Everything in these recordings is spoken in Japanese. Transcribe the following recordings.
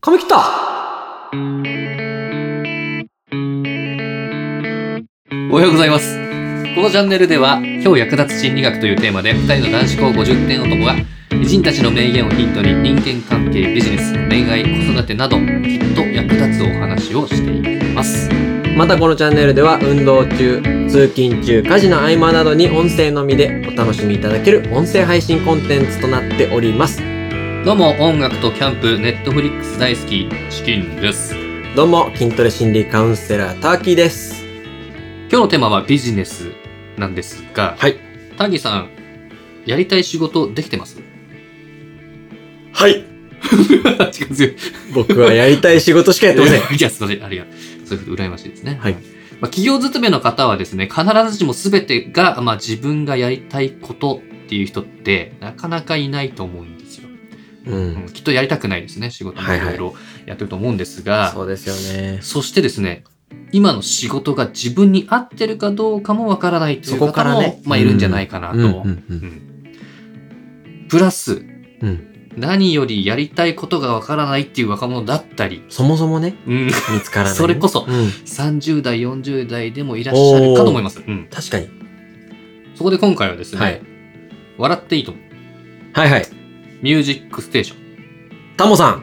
髪切ったおはようございます。このチャンネルでは、今日役立つ心理学というテーマで、2人の男子校50点男が、偉人たちの名言をヒントに、人間関係、ビジネス、恋愛、子育てなど、きっと役立つお話をしていきます。またこのチャンネルでは運動中、通勤中、家事の合間などに音声のみでお楽しみいただける音声配信コンテンツとなっております。どうも、音楽とキャンプ、ネットフリックス大好き、チキンです。どうも、筋トレ心理カウンセラー、ターキーです。今日のテーマはビジネスなんですが、はい。タギさん、やりたい仕事できてますはい。違う違う。僕はやりたい仕事しかやってません。 いや、それ、ありがとう。そういうこと、羨ましいですね。はいまあ、企業勤めの方はですね、必ずしも全てが、まあ、自分がやりたいことっていう人って、なかなかいないと思うんですよ。 ううんん。きっとやりたくないですね。仕事もはいいはろいいろやってると思うんですが、そうですよね。そしてですね、今の仕事が自分に合ってるかどうかもわからないというそこか方らも、ねまあ、いるんじゃないかなと。うんううんんプラス、うん。何よりやりたいことがわからないっていう若者だったり、そもそもね、うん、 見つからないね。それこそうん。 30代、40代でもいらっしゃるかと思います。うん、確かに。そこで今回はですね、はい笑っていいと思う。はいはい。ミュージックステーショタモさん。ン。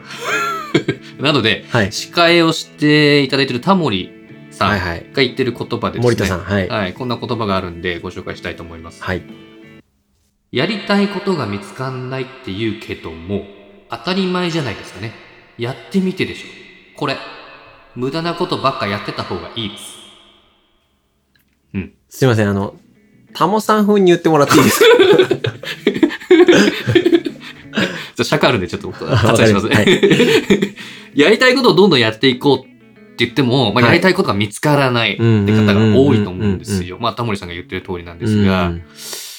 などで、はい。司会をしていただいているタモリさはいんがはい。言ってる言葉でですね、森田さん。はい。はい、こんな言葉があるんでご紹介したいと思います。はい。やりたいことが見つかんないって言うけども、当たり前じゃないですかね。やってみてでしょ。これ、無駄なことばっかやってた方がいいです。すいません、あの、タモさん風に言ってもらっていい ですかちょっと尺あるんで、ちょっと 割愛しますね。わかり やりたいことをどんどんやっていこうって言っても、まあ、はやいりたいことが見つからないって方が多いと思うんですよ。まあ、タモリさんが言ってる通りなんですが、うん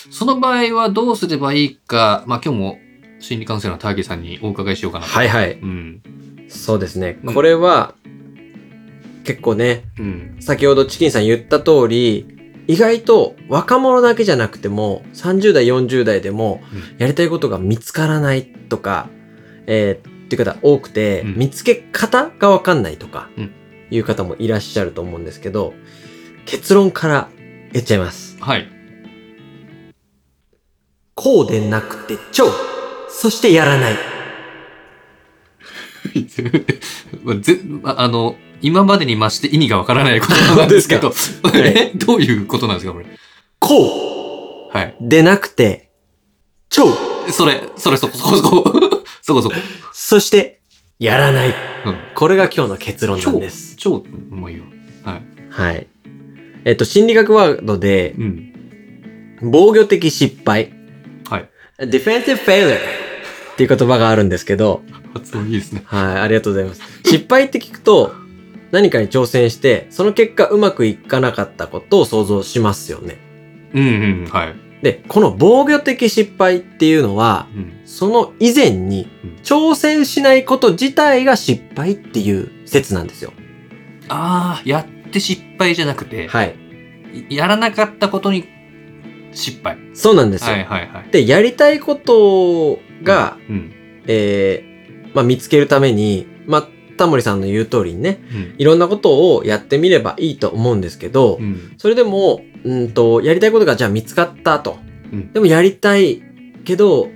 その場合はどうすればいいか、まあ、今日も心理カウンセラーのターゲさんにお伺いしようかなと。はいはい。うん。そうですね。うんこれは、結構ね、うん。先ほどチキンさん言った通り、意外と若者だけじゃなくても、30代、40代でもうん、やりたいことが見つからないとか、えーっていう方多くて、うん見つけ方がわかんないとかうん、いう方もいらっしゃると思うんですけど、結論から言っちゃいます。はい。 こうでなくて超そしてやらない。まあぜまああの、今までに増して意味がわからないことなんですけど、かえ どういうことなんですか、これ。こはい。うでなくて超それ、それ、そこ、そこ、そ こ、そこ、そこ。そしてやらない。うんこれが今日の結論なんです。超、もういいよ。はい。はい。えっと、心理学ワードで、うん。防御的失敗。はい。 defensive failure っていう言葉があるんですけど、発音いいですね。はい、ありがとうございます。失敗って聞くと、何かに挑戦して、その結果うまくいかなかったことを想像しますよね。うんうん、はい。で、この防御的失敗っていうのは、うん。その以前にうん挑戦しないこと自体が失敗っていう説なんですよ。ああ、やって失敗じゃなくて、はい。やらなかったことに失敗。そうなんですよ。はいはいはい。で、やりたいことが、うん。えーまあ、見つけるために、まあ、タモリさんの言う通りにね、うん。いろんなことをやってみればいいと思うんですけど、うん。それでも、うんと、やりたいことがじゃあ見つかったと。うんでもやりたいけど、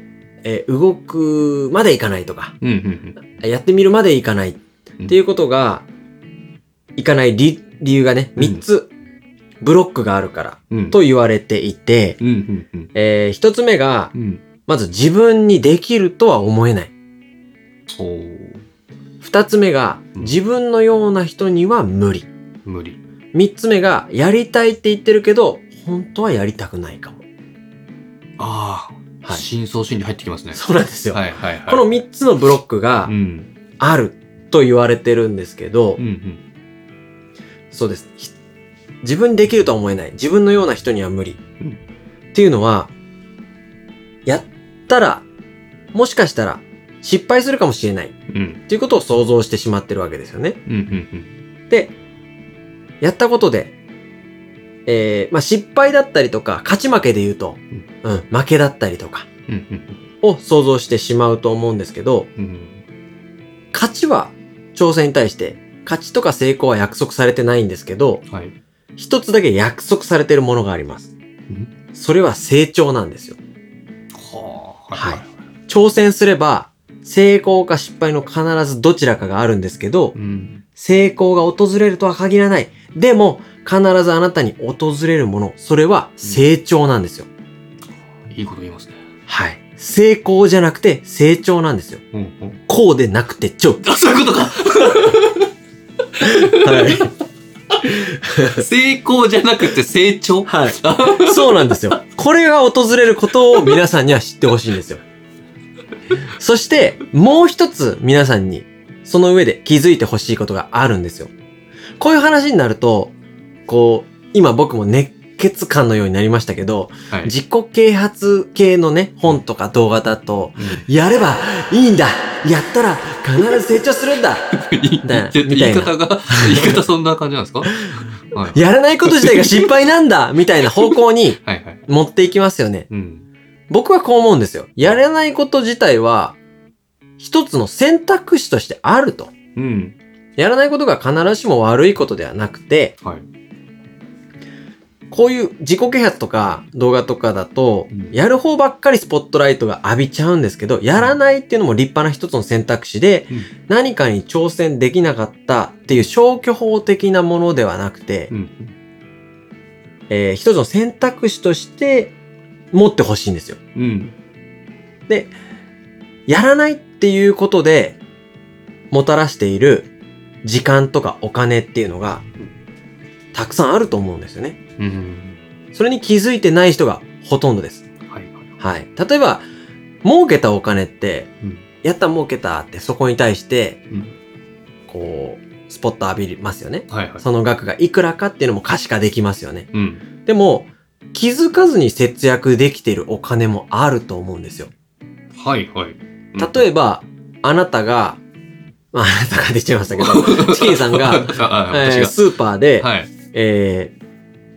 えー動くまでいかないとか、うん。うん。やってみるまでいかないっていうことが、いかない理理由がね、うん3つブロックがあるからうん。と言われていて、うん。うん。うん。え1つ目がう、ん。まず自分にできるとは思えない。おー2つ目が、うん自分のような人には無理。無理。 3つ目が、やりたいって言ってるけど、本当はやりたくないかも。ああ、はい深層心理入ってきますね。そうなんですよ。はいはいはい。この3つのブロックがうん。あると言われてるんですけど、うんうん。そうです。ひ自分にできるとは思えない。自分のような人には無理。うんっていうのは、やったら、もしかしたら、失敗するかもしれない。っうん。ていうことを想像してしまってるわけですよね。うん。うん。で、やったことで、えー、まあ、失敗だったりとか、勝ち負けで言うと、うん、負けだったりとか、うん。うん。を想像してしまうと思うんですけど、うん。勝ちは挑戦に対して、勝ちとか成功は約束されてないんですけど、はい。一つだけ約束されてるものがあります。それは成長なんですよ。はあ。はい。挑戦すれば、成功か失敗の必ずどちらかがあるんですけどう、ん。成功が訪れるとは限らない。でも、必ずあなたに訪れるもの、それは成長なんですよ。いいこと言いますね。はい。成功じゃなくて成長なんですよ。うんうん。こうでなくてちょ。あ、そういうこ とかはい。成功じゃなくて成長 はい。そうなんですよ。これが訪れることを皆さんには知ってほしいんですよ。そして、もう一つ皆さんに、その上で気づいてほしいことがあるんですよ。こういう話になると、こう、今僕も熱血感のようになりましたけど、はい。自己啓発系のね、本とか動画だと、やればいいんだやったら必ず成長するんだいだちょっとみた言いいな方が、言い方そんな感じなんですかはい。やらないこと自体が失敗なんだみたいな方向にはいはい。持っていきますよね。うん。僕はこう思うんですよ。やれないこと自体は、一つの選択肢としてあると。うん。やらないことが必ずしも悪いことではなくて、はい。こういう自己啓発とか動画とかだとう、んやる方ばっかりスポットライトが浴びちゃうんですけど、やらないっていうのも立派な一つの選択肢でうん、何かに挑戦できなかったっていう消去法的なものではなくてう、ん。えー一つの選択肢として持ってほしいんですよ。うん。やらないっていうことで、もたらしている時間とかお金っていうのが、たくさんあると思うんですよね。うん。それに気づいてない人がほとんどです。はいはい。はい。例えば、儲けたお金って、うん。やった儲けたってそこに対して、うん。こう、スポット浴びますよね。はいはい。その額がいくらかっていうのも可視化できますよね。うん。でも、気づかずに節約できているお金もあると思うんですよ。はいはい。例えば、あなたが、まあ、あなたが出ちゃいましたけ ど、チキンさんが、あ、あえ私ーが。スーパーで、はい。えー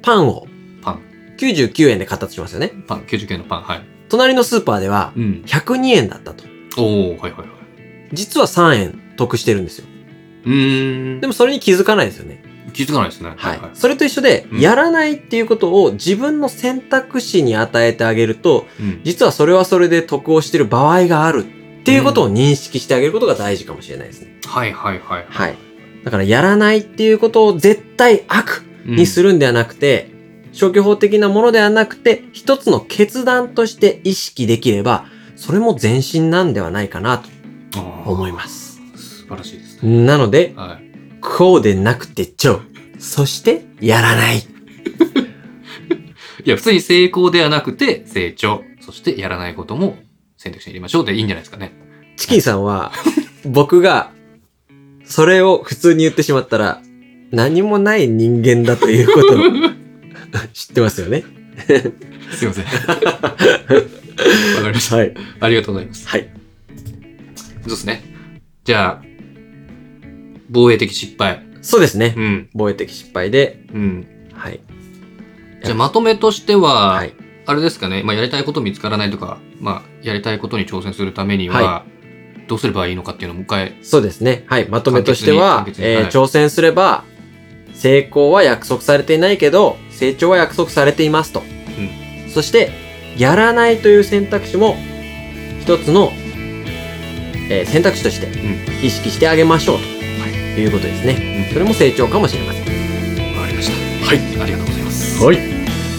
パンをパン。 99円で買ったとしますよね。パン、90件のパン、はい。隣のスーパーではうん。 102円だったと。おおはいはいはい。実は3円得してるんですよ。うーん。でもそれに気づかないですよね。気づかないですね。はい。それと一緒で、うんやらないっていうことを自分の選択肢に与えてあげると、うん。実はそれはそれで得をしてる場合があるっていうことを認識してあげることが大事かもしれないですね。はいはいはい。はい。だから、やらないっていうことを絶対悪にする。るんではなくて、消去法的なものではなくて、一つの決断として意識できれば、それも前進なんではないかなと思思いまます。す。素晴らしいですね。なので、はい。こうでなくてちょう。そして、やらない。いや、普通に成功ではなくて、成長。そして、やらないことも選択肢に入れましょうでいいんじゃないですかね。 チキンさんは、僕が、それを普通に言ってしまったら、何もない人間だということ を知ってますよね。す いません。わかりました。はい。ありがとうございます。はい。そうですね。じゃあ、防衛的失敗。そうですねう。ん。防衛的失敗で、うん。はい。じゃあ、まとめとしては、はい。あれですかね、まあ、やりたいこと見つからないとか、まあ、やりたいことに挑戦するためには、はどうすればいいのかっていうのをもう一回、そうですね。はい。まとめとしては簡、潔にえーはい挑戦すれば、成功は約束されていないけど、成長は約束されていますと。そして、やらないという選択肢も、一つの、えー選択肢としてん意識してあげましょうとはいいうことですね。そわれも成長かもしれません。かりました。はい。ありがとうございます。はい。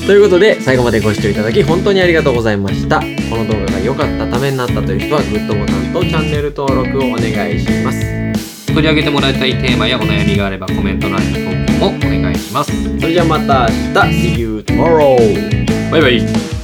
ということで、最後までご視聴いただき、本当にありがとうございました。この動画が良かった、ためになったという人は、グッドボタンとチャンネル登録をお願いします。取り上げてもらいたいテーマやお悩みがあれば、コメント欄に投稿もお願いします。それじゃあまた明日 See you tomorrow! バイバイ。